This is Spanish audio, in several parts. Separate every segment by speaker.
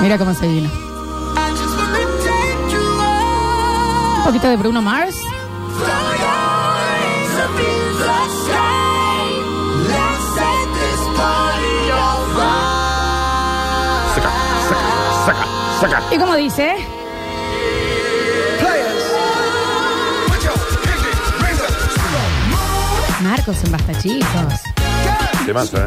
Speaker 1: Mira cómo se vino. Un poquito de Bruno Mars.
Speaker 2: Saca, saca, saca, saca.
Speaker 1: ¿Y como dice? Marcos en Basta, chicos.
Speaker 2: Temazo, ¿eh?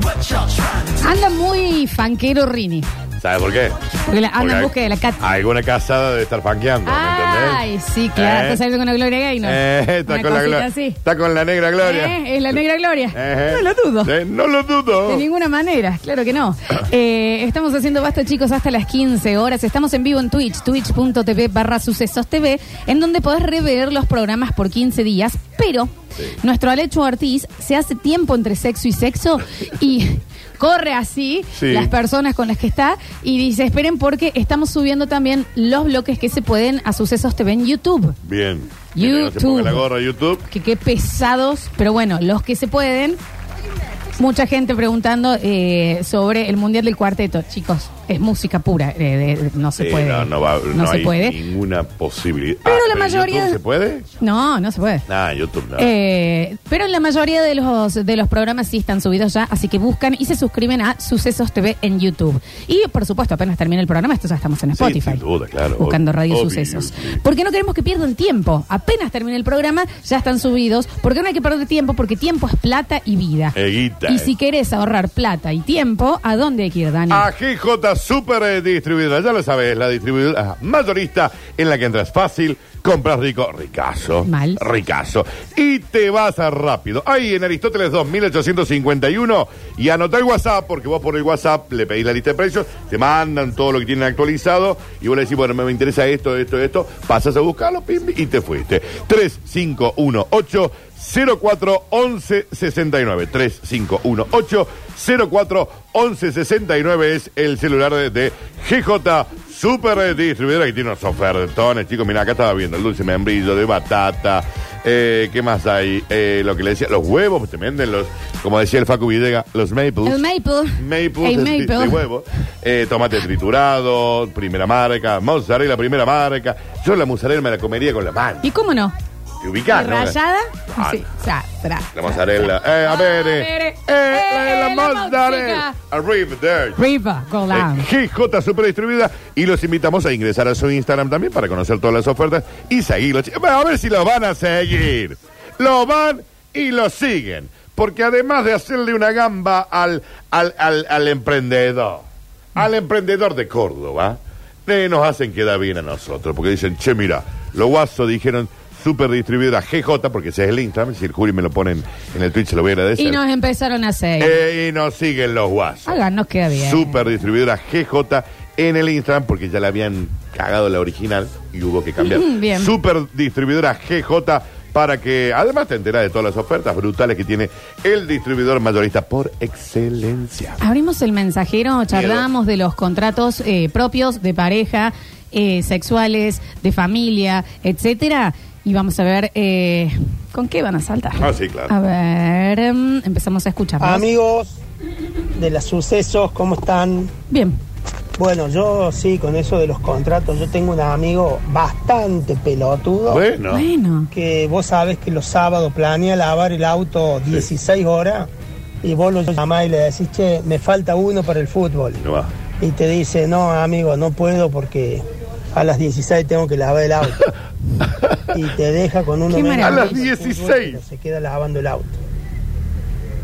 Speaker 1: Anda muy fanquero Rini.
Speaker 2: ¿Sabes por qué?
Speaker 1: Porque la- anda en
Speaker 2: hay-
Speaker 1: busca de la Katy.
Speaker 2: Alguna casada de estar fanqueando, Ah, ¿me
Speaker 1: Ay,
Speaker 2: entendés?
Speaker 1: sí, claro.
Speaker 2: ¿Eh?
Speaker 1: Está saliendo con la Gloria Gaynor.
Speaker 2: Eh, está,
Speaker 1: Una
Speaker 2: con la
Speaker 1: cosita
Speaker 2: gloria,
Speaker 1: así.
Speaker 2: está con la negra gloria.
Speaker 1: Eh, Es la negra Gloria.
Speaker 2: Eh,
Speaker 1: No lo dudo.
Speaker 2: eh, no lo
Speaker 1: De
Speaker 2: dudo.
Speaker 1: ninguna manera, claro que no. Eh, estamos haciendo basta, chicos, hasta las 15 horas. Estamos en vivo en Twitch, twitch.tv barra sucesos TV, en donde podés rever los programas por 15 días. Pero nuestro Alecho Ortiz se hace tiempo entre sexo y sexo y corre así
Speaker 2: Sí.
Speaker 1: las personas con las que está y dice, esperen porque estamos subiendo también los bloques que se pueden a sucesos TV en YouTube.
Speaker 2: Bien. Mientras no se ponga
Speaker 1: YouTube.
Speaker 2: la gorra YouTube.
Speaker 1: Que qué pesados, pero bueno, los que se pueden. Mucha gente preguntando eh, sobre el Mundial del Cuarteto. Chicos, es música pura, eh, de- no se
Speaker 2: Eh,
Speaker 1: puede.
Speaker 2: No, no, va-
Speaker 1: No
Speaker 2: no
Speaker 1: se
Speaker 2: hay
Speaker 1: puede.
Speaker 2: ninguna posibilidad.
Speaker 1: Pero
Speaker 2: Ah,
Speaker 1: la mayoría-
Speaker 2: YouTube se puede?
Speaker 1: No, no se puede.
Speaker 2: Ah, YouTube no.
Speaker 1: Eh, pero la mayoría de los, de los programas sí están subidos ya, así que buscan y se suscriben a Sucesos TV en YouTube. Y por supuesto, apenas termina el programa, esto ya estamos en
Speaker 2: Sí,
Speaker 1: Spotify.
Speaker 2: sin duda, claro.
Speaker 1: Buscando
Speaker 2: Ob-
Speaker 1: Radio
Speaker 2: obvio.
Speaker 1: Sucesos. Porque no queremos que pierdan tiempo. Apenas termina el programa, ya están subidos. Porque no hay que perder tiempo, porque tiempo es plata y vida.
Speaker 2: Eguita,
Speaker 1: y
Speaker 2: eh.
Speaker 1: si querés ahorrar plata y tiempo, ¿a dónde hay que ir, Dani?
Speaker 2: A GJ Super eh, Distribuidora, ya lo sabes, la distribuidora ah, mayorista en la que entras fácil, compras rico, ricazo.
Speaker 1: Mal.
Speaker 2: Ricazo. Y te vas a rápido. Ahí en Aristóteles 2851 y anota el WhatsApp, porque vos por el WhatsApp le pedís la lista de precios, te mandan todo lo que tienen actualizado y vos le decís, bueno, me me interesa esto, esto, esto, pasas a buscarlo pim, y te fuiste. 3518 0411 69 3518 04 11 69 es el celular de, de GJ Super eh, Distribuidora que tiene unos ofertones, chicos. Mira, acá estaba viendo el dulce membrillo de batata. Eh, ¿Qué más hay? Eh, lo que le decía, los huevos, pues te venden los, como decía el Facu Videga, los maples.
Speaker 1: El maple.
Speaker 2: Maple,
Speaker 1: El
Speaker 2: de-
Speaker 1: maple.
Speaker 2: de- de huevo. Eh, tomate triturado, primera marca, mozzarella, primera marca. Yo la mozzarella me la comería con la mano.
Speaker 1: ¿Y cómo no?
Speaker 2: Te ubicás,
Speaker 1: ¿Y
Speaker 2: ¿no?
Speaker 1: rayada?
Speaker 2: Ah,
Speaker 1: Sí, tra, tra,
Speaker 2: La
Speaker 1: tra,
Speaker 2: mozzarella.
Speaker 1: tra.
Speaker 2: Eh, a ver. Eh,
Speaker 1: Eh,
Speaker 2: eh, la-
Speaker 1: eh,
Speaker 2: la, mozzarella.
Speaker 1: mozzarella.
Speaker 2: Arriba, there.
Speaker 1: Riva, go down.
Speaker 2: Eh, GJ Super Distribuida y los invitamos a ingresar a su Instagram también para conocer todas las ofertas y seguirlos. Che, A ver si los van a seguir. Lo van y lo siguen. Porque además de hacerle una gamba al, al, al, al emprendedor, al emprendedor de Córdoba, eh, nos hacen quedar bien a nosotros. Porque dicen, che, mira, los guasos dijeron super distribuidora GJ, porque ese es el Instagram. Si el Juli me lo ponen en el Twitch, se lo voy a agradecer.
Speaker 1: Y nos empezaron a hacer.
Speaker 2: Eh, y nos siguen los guasos.
Speaker 1: Háganos queda bien.
Speaker 2: Super distribuidora GJ en el Instagram porque ya la habían cagado la original y hubo que cambiar.
Speaker 1: Bien.
Speaker 2: Super distribuidora GJ para que además te enteras de todas las ofertas brutales que tiene el distribuidor mayorista por excelencia.
Speaker 1: Abrimos el mensajero, charlamos de los contratos eh, propios de pareja, eh, sexuales, de familia, etcétera, y vamos a ver eh, con qué van a saltar.
Speaker 2: Ah, sí, claro.
Speaker 1: A ver, mm, empezamos a escuchar.
Speaker 3: Amigos de los sucesos, ¿cómo están?
Speaker 1: Bien.
Speaker 3: Bueno, yo sí, con eso de los contratos, yo tengo un amigo bastante pelotudo.
Speaker 2: Bueno,
Speaker 1: Bueno.
Speaker 3: Que vos sabes que los sábados planea lavar el auto 16 horas y vos lo llamás y le decís, che, me falta uno para el fútbol.
Speaker 2: no va.
Speaker 3: Y te dice, no, amigo, no puedo porque a las 16 tengo que lavar el auto. y te deja con uno
Speaker 1: Qué
Speaker 3: menos.
Speaker 1: maravilla.
Speaker 2: A las 16.
Speaker 3: Se queda lavando el auto.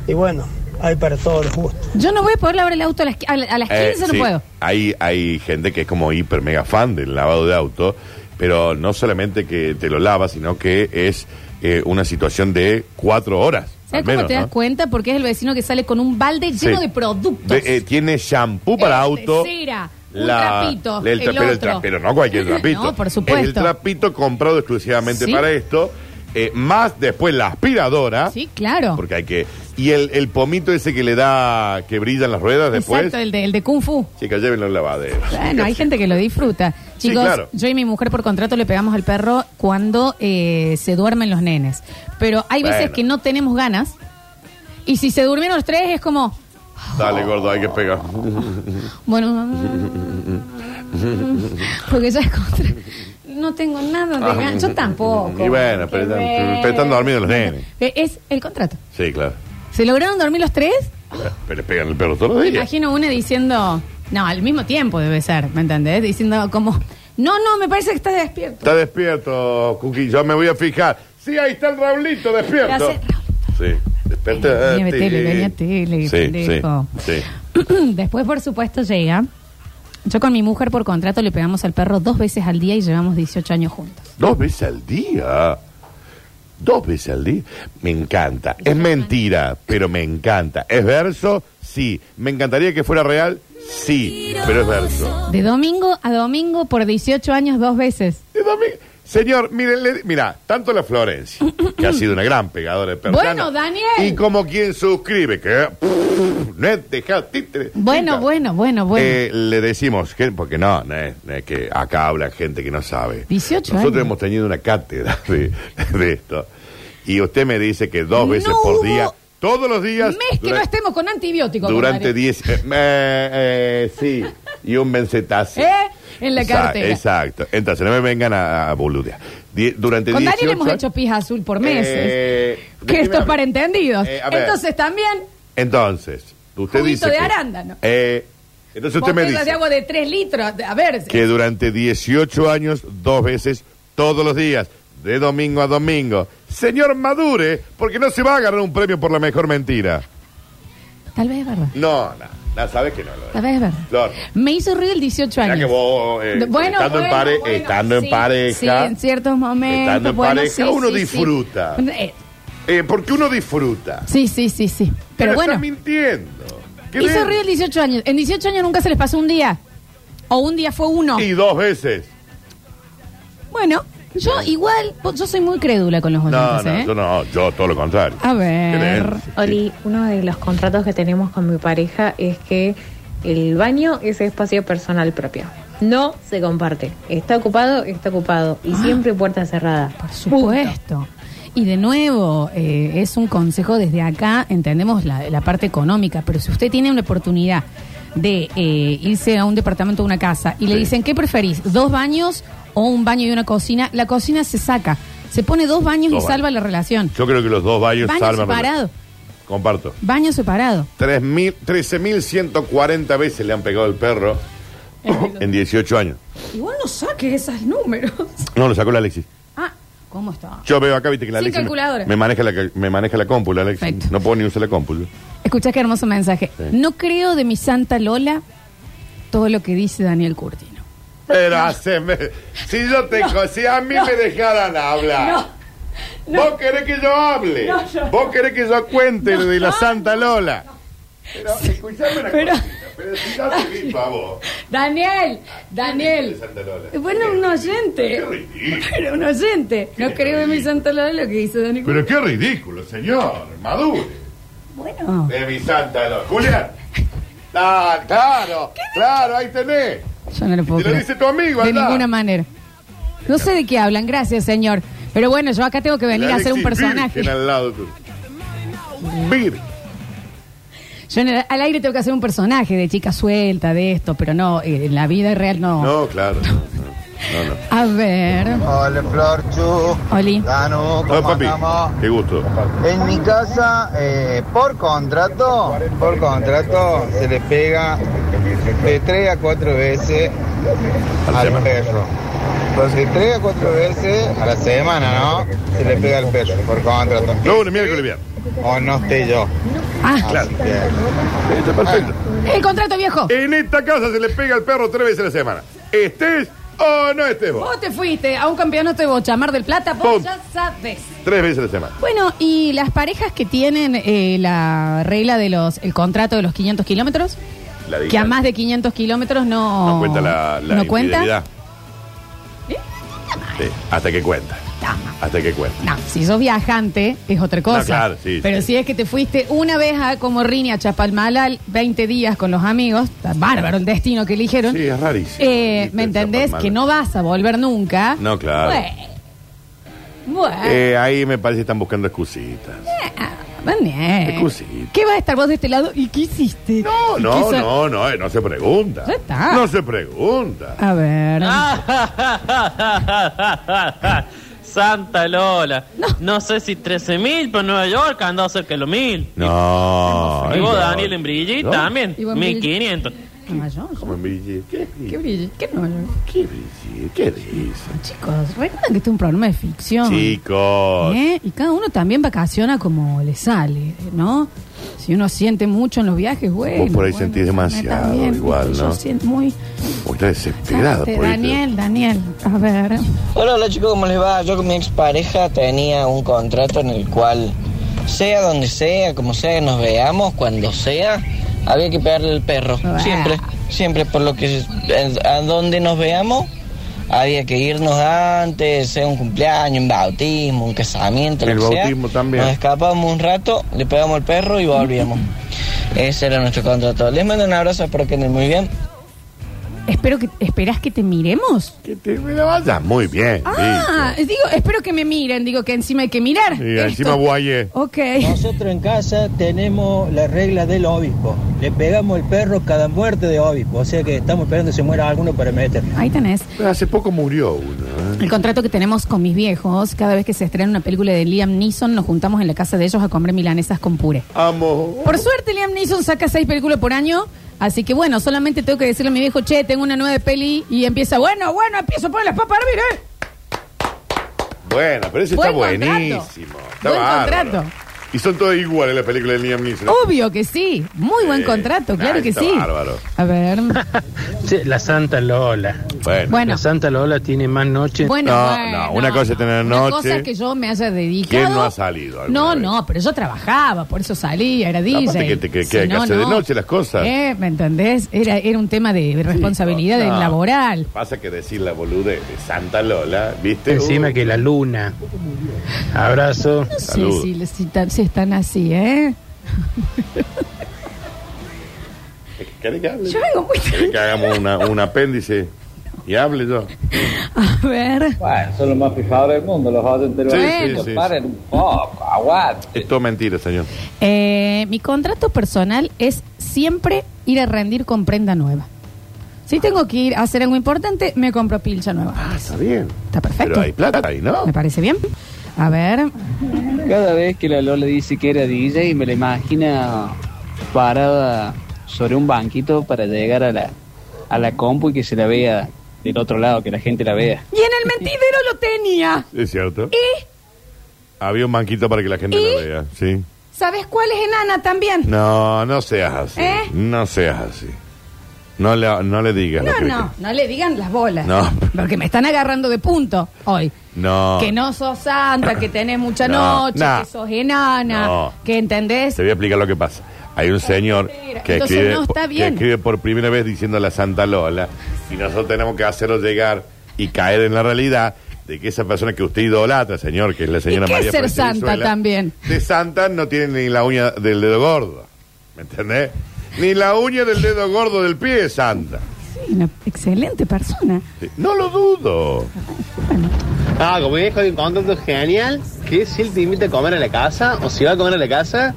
Speaker 3: Y bueno, hay para todos los gustos.
Speaker 1: Yo no voy a poder lavar el auto a las, qui- a la- a las 15, no
Speaker 2: Eh, sí,
Speaker 1: puedo.
Speaker 2: Hay, hay gente que es como hiper mega fan del lavado de auto, pero no solamente que te lo lava, sino que es eh, una situación de cuatro horas. al
Speaker 1: ¿Sabes cómo
Speaker 2: menos,
Speaker 1: te das
Speaker 2: ¿no?
Speaker 1: cuenta? Porque es el vecino que sale con un balde lleno
Speaker 2: Sí.
Speaker 1: de productos.
Speaker 2: De- eh, tiene shampoo para
Speaker 1: Este,
Speaker 2: auto.
Speaker 1: cera, un trapito,
Speaker 2: El, tra-
Speaker 1: el
Speaker 2: pero el
Speaker 1: otro.
Speaker 2: tra- pero no cualquier trapito.
Speaker 1: No, por supuesto.
Speaker 2: El trapito comprado exclusivamente
Speaker 1: Sí.
Speaker 2: para esto. eh, más después la aspiradora.
Speaker 1: Sí, claro.
Speaker 2: Porque hay que. Y el, el pomito ese que le da. que brillan las ruedas después.
Speaker 1: Exacto, el de, el de Kung Fu.
Speaker 2: Chicas, llévenlo al lavadero.
Speaker 1: Bueno, hay gente que lo disfruta.
Speaker 2: Sí,
Speaker 1: Chicos,
Speaker 2: claro.
Speaker 1: yo y mi mujer por contrato le pegamos al perro cuando eh, se duermen los nenes. Pero hay veces
Speaker 2: Bueno.
Speaker 1: que no tenemos ganas. Y si se durmieron los tres es como,
Speaker 2: Dale, gordo, hay que pegar.
Speaker 1: bueno, Porque ya es contra. No tengo nada de gan- Yo tampoco.
Speaker 2: Y bueno, pero
Speaker 1: Qué
Speaker 2: están-
Speaker 1: ver.
Speaker 2: pero están dormidos los nenes.
Speaker 1: Eh, Es el contrato.
Speaker 2: Sí, claro.
Speaker 1: ¿Se lograron dormir los tres?
Speaker 2: Pero les pegan el perro todos los
Speaker 1: Me
Speaker 2: días.
Speaker 1: imagino una diciendo. No, al mismo tiempo debe ser, ¿me entendés? Diciendo como. No, no, me parece que está despierto.
Speaker 2: Está despierto, Cookie. Yo me voy a fijar. Sí, ahí está el Raulito, despierto.
Speaker 1: Gracias.
Speaker 2: Sí, despierta. eh,
Speaker 1: Venía tele, venía tele,
Speaker 2: sí,
Speaker 1: pendejo.
Speaker 2: sí, sí.
Speaker 1: Después, por supuesto, llega. Yo con mi mujer por contrato le pegamos al perro dos veces al día y llevamos 18 años juntos.
Speaker 2: Dos veces al día. Dos veces al día. Me encanta. Es mentira, pero me encanta. ¿Es verso? Sí. ¿Me encantaría que fuera real? Sí, pero es verso.
Speaker 1: De domingo a domingo por 18 años dos veces.
Speaker 2: Es domi- Señor, mire, le- mira, tanto la Florencia, que ha sido una gran pegadora de perros.
Speaker 1: Bueno, Daniel.
Speaker 2: Y como quien suscribe, que no es dejado títere.
Speaker 1: Bueno,
Speaker 2: Tinta.
Speaker 1: bueno, bueno, bueno.
Speaker 2: Eh, le decimos, que, porque no, no es, no es que acá habla gente que no sabe.
Speaker 1: 18
Speaker 2: Nosotros
Speaker 1: años.
Speaker 2: hemos tenido una cátedra de, de esto. Y usted me dice que dos veces
Speaker 1: No hubo
Speaker 2: por día, todos los días.
Speaker 1: Mes que
Speaker 2: dura-
Speaker 1: no estemos con antibióticos.
Speaker 2: Durante
Speaker 1: compadre.
Speaker 2: 10. eh, eh, eh, sí, y un benzetase.
Speaker 1: ¿Eh? En la cartera.
Speaker 2: Exacto. Entonces, no me vengan a, a boludear. Die- durante
Speaker 1: Con
Speaker 2: 18
Speaker 1: Daniel hemos
Speaker 2: años-
Speaker 1: hecho pija azul por meses.
Speaker 2: Eh, ¿de
Speaker 1: que
Speaker 2: qué
Speaker 1: esto
Speaker 2: me
Speaker 1: es
Speaker 2: habla?
Speaker 1: para entendidos.
Speaker 2: Eh, a ver.
Speaker 1: Entonces también
Speaker 2: Entonces, usted
Speaker 1: Juguito
Speaker 2: dice.
Speaker 1: de
Speaker 2: que-
Speaker 1: arándano.
Speaker 2: Eh, entonces usted me
Speaker 1: botellas
Speaker 2: dice.
Speaker 1: de agua de 3 litros. A ver,
Speaker 2: que durante 18 años, dos veces, todos los días, de domingo a domingo. Señor Madure, porque no se va a ganar un premio por la mejor mentira.
Speaker 1: tal vez es verdad.
Speaker 2: No, no, no sabes que no lo es.
Speaker 1: Tal vez es verdad.
Speaker 2: Flor.
Speaker 1: Me hizo ruido el 18
Speaker 2: Mirá
Speaker 1: años.
Speaker 2: que vos, eh, estando, en pare-
Speaker 1: bueno,
Speaker 2: estando
Speaker 1: sí,
Speaker 2: en pareja,
Speaker 1: Sí, en ciertos momentos.
Speaker 2: estando en
Speaker 1: bueno,
Speaker 2: pareja,
Speaker 1: sí,
Speaker 2: uno
Speaker 1: sí, sí.
Speaker 2: disfruta.
Speaker 1: Eh,
Speaker 2: eh, porque uno disfruta.
Speaker 1: Sí, sí, sí, sí. Pero, bueno,
Speaker 2: está mintiendo. ¿Qué
Speaker 1: hizo
Speaker 2: ven?
Speaker 1: ruido el 18 años. En 18 años nunca se les pasó un día. O un día fue uno.
Speaker 2: Y dos veces.
Speaker 1: Bueno, yo igual, vos- yo soy muy crédula con los
Speaker 2: No,
Speaker 1: oyentes,
Speaker 2: no,
Speaker 1: ¿eh?
Speaker 2: yo no, yo todo lo contrario.
Speaker 1: A ver.
Speaker 2: ¿Qué ven?
Speaker 4: Oli, uno de los contratos que tenemos con mi pareja es que el baño es espacio personal propio. No se comparte. Está ocupado, está ocupado. Y siempre puerta cerrada.
Speaker 1: Ah. Por supuesto. Y de nuevo, eh, es un consejo desde acá, entendemos la, la parte económica, pero si usted tiene una oportunidad de eh, irse a un departamento o una casa y le
Speaker 2: Sí.
Speaker 1: dicen, ¿qué preferís? ¿Dos baños o un baño y una cocina? La cocina se saca, se pone dos baños
Speaker 2: Dos
Speaker 1: y
Speaker 2: baños.
Speaker 1: salva la relación.
Speaker 2: Yo creo que los dos baños
Speaker 1: Baño
Speaker 2: salvan.
Speaker 1: separado.
Speaker 2: Comparto.
Speaker 1: Baño separado.
Speaker 2: 3.000, 13.140 veces le han pegado el perro en 18 años.
Speaker 1: Igual no saques esos números.
Speaker 2: No, lo sacó la Alexis.
Speaker 1: Ah, ¿cómo está?
Speaker 2: Yo veo acá, viste que la
Speaker 1: Sin
Speaker 2: Alexis me-
Speaker 1: calculadora.
Speaker 2: Me, maneja la, ca- me maneja la compu, la Alexis.
Speaker 1: Perfecto.
Speaker 2: No puedo ni usar la compu.
Speaker 1: Escuchá qué hermoso mensaje.
Speaker 2: Sí.
Speaker 1: No creo de mi santa Lola todo lo que dice Daniel Curtino.
Speaker 2: Pero haceme... Si yo te... co- si a mí me dejaran hablar... Vos querés que yo hable. Vos querés que yo cuente lo de la Santa Lola. Pero escuchame una
Speaker 1: Pero-
Speaker 2: cosita. Pero si yo te grito a vos...
Speaker 1: Daniel,
Speaker 2: ¿qué
Speaker 1: Daniel.
Speaker 2: es de Santa Lola?
Speaker 1: Bueno, un oyente.
Speaker 2: Qué ridículo.
Speaker 1: Pero un oyente. No
Speaker 2: Qué
Speaker 1: creo de mi
Speaker 2: ridículo.
Speaker 1: santa Lola lo que hizo Dani.
Speaker 2: Pero qué ridículo, señor. Madure.
Speaker 1: Bueno.
Speaker 2: De mi santa Lola. Julián. Ah, claro, claro, ahí tenés.
Speaker 1: Yo no lo puedo
Speaker 2: Te lo
Speaker 1: creer.
Speaker 2: dice tu amigo,
Speaker 1: De
Speaker 2: anda.
Speaker 1: ninguna manera. No sé de qué hablan, gracias, señor. Pero bueno, yo acá tengo que venir
Speaker 2: La
Speaker 1: a hacer un
Speaker 2: Alexis
Speaker 1: personaje.
Speaker 2: Virgen al lado tuyo. Vir.
Speaker 1: Yo en el- al aire tengo que hacer un personaje de chica suelta, de esto, pero no, eh, en la vida real no.
Speaker 2: No, claro. No, no. no,
Speaker 1: A ver,
Speaker 5: Hola Florchu.
Speaker 1: Oli.
Speaker 5: Danu,
Speaker 2: no. Hola,
Speaker 5: ¿cómo andamos?
Speaker 2: papi, qué gusto.
Speaker 5: En mi casa, eh, por contrato, por contrato, se le pega de tres a cuatro veces al
Speaker 2: semana.
Speaker 5: perro. Entonces, tres a cuatro veces a la semana, ¿no? Se le pega al perro, por contrato.
Speaker 2: Lunes, miércoles, viernes.
Speaker 5: O no esté yo.
Speaker 1: ah,
Speaker 2: Claro.
Speaker 5: Así que-
Speaker 2: Está perfecto.
Speaker 1: el contrato viejo.
Speaker 2: Ah. En esta casa se le pega al perro tres veces a la semana. Estés o no estés vos.
Speaker 1: Vos te fuiste a un campeonato de bocha, Mar del Plata, vos
Speaker 2: Pum.
Speaker 1: ya sabes.
Speaker 2: Tres veces a la semana.
Speaker 1: Bueno, ¿y las parejas que tienen eh, la regla de los, el contrato de los 500 kilómetros?
Speaker 2: La
Speaker 1: Que a
Speaker 2: distancia.
Speaker 1: más de 500 kilómetros no...
Speaker 2: No cuenta la, la
Speaker 1: Oh. ¿No cuenta? ¿Eh?
Speaker 2: infidelidad. Sí, hasta que cuenta. Hasta que cuenta.
Speaker 1: No, si sos viajante es otra cosa.
Speaker 2: No, claro, sí,
Speaker 1: Pero
Speaker 2: sí.
Speaker 1: si es que te fuiste una vez a como Rini a Chapalmalal 20 días con los amigos, está bárbaro el destino que eligieron.
Speaker 2: Sí, es rarísimo.
Speaker 1: Eh, ¿Me entendés? Que no vas a volver nunca.
Speaker 2: No, claro.
Speaker 1: Bueno. Bueno.
Speaker 2: Eh, ahí me parece que están buscando excusitas.
Speaker 1: Daniel.
Speaker 2: Excusito.
Speaker 1: ¿Qué va a estar vos de este lado? ¿Y qué hiciste?
Speaker 2: No,
Speaker 1: ¿Y
Speaker 2: no,
Speaker 1: qué so-
Speaker 2: no, no, eh, no se pregunta.
Speaker 1: Ya está.
Speaker 2: No se pregunta.
Speaker 1: A ver.
Speaker 6: Santa Lola. No. sé si 13.000, pero en Nueva York andaba cerca de los 1.000.
Speaker 2: No.
Speaker 6: y
Speaker 2: eh,
Speaker 6: vos,
Speaker 2: no.
Speaker 6: Daniel, en Brillí
Speaker 2: No.
Speaker 6: también.
Speaker 1: Y vos en Brillí.
Speaker 6: 1.500.
Speaker 1: ¿Qué mayor?
Speaker 2: Como en Brigitte. ¿Qué,
Speaker 1: ¿Qué
Speaker 2: ¿Qué,
Speaker 1: brillo? ¿Qué no?
Speaker 2: qué Brigitte? ¿Qué dice?
Speaker 1: Chicos, recuerden que este es un programa de ficción.
Speaker 2: Chicos.
Speaker 1: ¿Eh? Y cada uno también vacaciona como le sale, ¿no? Si uno siente mucho en los viajes, bueno.
Speaker 2: Vos por ahí
Speaker 1: bueno,
Speaker 2: sentís demasiado,
Speaker 1: también,
Speaker 2: igual,
Speaker 1: viste,
Speaker 2: ¿no?
Speaker 1: Yo siento muy.
Speaker 2: Porque está desesperada por
Speaker 1: Este,
Speaker 2: irte.
Speaker 1: Daniel, Daniel, a ver.
Speaker 7: Hola, hola chicos, ¿cómo les va? Yo con mi expareja tenía un contrato en el cual, sea donde sea, como sea que nos veamos, cuando sea, había que pegarle el perro.
Speaker 1: Ah.
Speaker 7: Siempre, siempre, por lo que, en- a donde nos veamos, había que irnos antes, sea un cumpleaños, un bautismo, un casamiento, lo
Speaker 2: El
Speaker 7: que sea.
Speaker 2: bautismo también.
Speaker 7: Nos escapamos un rato, le pegamos el perro y volvíamos. Ese era nuestro contrato. Les mando un abrazo, espero que anden muy bien.
Speaker 1: Espero que, ¿Esperás que te miremos?
Speaker 2: Que te me la vayas muy bien.
Speaker 1: Ah,
Speaker 2: listo.
Speaker 1: digo, espero que me miren, digo que encima hay que mirar.
Speaker 2: Y
Speaker 1: esto.
Speaker 2: encima eh. guayé.
Speaker 1: Ok.
Speaker 3: Nosotros en casa tenemos la regla del obispo. Le pegamos el perro cada muerte de obispo. O sea que estamos esperando que se muera alguno para meterlo.
Speaker 1: Ahí tenés.
Speaker 2: Pero hace poco murió uno. ¿eh?
Speaker 1: El contrato que tenemos con mis viejos, cada vez que se estrena una película de Liam Neeson, nos juntamos en la casa de ellos a comer milanesas con puré.
Speaker 2: Amo.
Speaker 1: Por suerte, Liam Neeson saca seis películas por año. Así que bueno, solamente tengo que decirle a mi viejo, che, tengo una nueva peli. Y empieza, bueno, bueno, empiezo a poner las papas a hervir, ¿eh?
Speaker 2: Bueno, pero ese está
Speaker 1: Buen contrato.
Speaker 2: buenísimo. Está
Speaker 1: Buen
Speaker 2: bárbaro.
Speaker 1: contrato.
Speaker 2: Y son todas iguales las películas de Liam Neeson.
Speaker 1: Obvio que sí. Muy buen
Speaker 2: Sí.
Speaker 1: contrato, claro
Speaker 2: Ah,
Speaker 1: que
Speaker 2: está
Speaker 1: sí.
Speaker 2: bárbaro.
Speaker 1: A ver.
Speaker 3: la Santa Lola.
Speaker 2: Bueno.
Speaker 1: Bueno.
Speaker 3: La Santa Lola tiene más noches.
Speaker 1: Bueno,
Speaker 2: No,
Speaker 1: bueno,
Speaker 2: no, una cosa es tener
Speaker 1: Una
Speaker 2: noche.
Speaker 1: cosa es que yo me haya dedicado.
Speaker 2: ¿Quién no ha salido alguna
Speaker 1: No,
Speaker 2: vez?
Speaker 1: no, pero yo trabajaba, por eso salía, era DJ.
Speaker 2: Aparte que te- que- que hay que hacer de noche las cosas.
Speaker 1: Eh, ¿Me entendés? Era, era un tema de responsabilidad
Speaker 2: no.
Speaker 1: laboral.
Speaker 2: Pasa que decir la boludez de Santa Lola, ¿viste? Uh,
Speaker 3: que la luna. Abrazo.
Speaker 1: No sé
Speaker 2: Salud.
Speaker 1: si, si tan- si están así, ¿eh?
Speaker 2: ¿querés que hable?
Speaker 1: Yo vengo muy
Speaker 2: ¿Querés que hagamos una- un apéndice y hable yo?
Speaker 1: A ver.
Speaker 8: Bueno, son los más fijados del mundo, los oyentes del
Speaker 2: Sí,
Speaker 8: barrio.
Speaker 2: sí, sí,
Speaker 8: Paren un poco, aguante.
Speaker 2: Es todo mentira, señor.
Speaker 1: Eh, mi contrato personal es siempre ir a rendir con prenda nueva. Si tengo que ir a hacer algo importante, me compro pilcha nueva.
Speaker 2: Ah, Está bien.
Speaker 1: Está perfecto.
Speaker 2: Pero hay plata ahí, ¿no?
Speaker 1: Me parece bien. A ver.
Speaker 8: Cada vez que la Lola dice que era DJ, me la imagina parada sobre un banquito para llegar a la, a la compu y que se la vea del otro lado, que la gente la vea.
Speaker 1: Y en el mentidero lo tenía.
Speaker 2: Es cierto.
Speaker 1: Y,
Speaker 2: Había un banquito para que la gente
Speaker 1: ¿Y?
Speaker 2: lo vea, ¿sí?
Speaker 1: ¿sabes cuál es enana también?
Speaker 2: No, no seas así.
Speaker 1: ¿Eh?
Speaker 2: No seas así. No le, no le digas. lo
Speaker 1: No,
Speaker 2: que-
Speaker 1: no, no le digan las bolas.
Speaker 2: No.
Speaker 1: Porque me están agarrando de punto hoy.
Speaker 2: No.
Speaker 1: Que no sos santa, que tenés mucha
Speaker 2: No,
Speaker 1: noche,
Speaker 2: nah.
Speaker 1: que sos enana,
Speaker 2: No.
Speaker 1: que entendés.
Speaker 2: Te voy a explicar lo que pasa. Hay un señor que
Speaker 1: Entonces
Speaker 2: escribe,
Speaker 1: no está
Speaker 2: que
Speaker 1: bien.
Speaker 2: escribe por primera vez diciendo la Santa Lola y nosotros tenemos que hacerlo llegar y caer en la realidad de que esa persona que usted idolatra, señor, que es la señora
Speaker 1: qué es
Speaker 2: María
Speaker 1: ser
Speaker 2: Pérez
Speaker 1: santa
Speaker 2: Brizuela,
Speaker 1: también?
Speaker 2: De santa no tiene ni la uña del dedo gordo, ¿me entendés? Ni la uña del dedo gordo del pie es santa.
Speaker 1: Sí, una excelente persona.
Speaker 2: Sí, No lo dudo.
Speaker 9: Ah, como dijo, hay un contrato genial que si él te invita a comer a la casa, o si va a comer a la casa,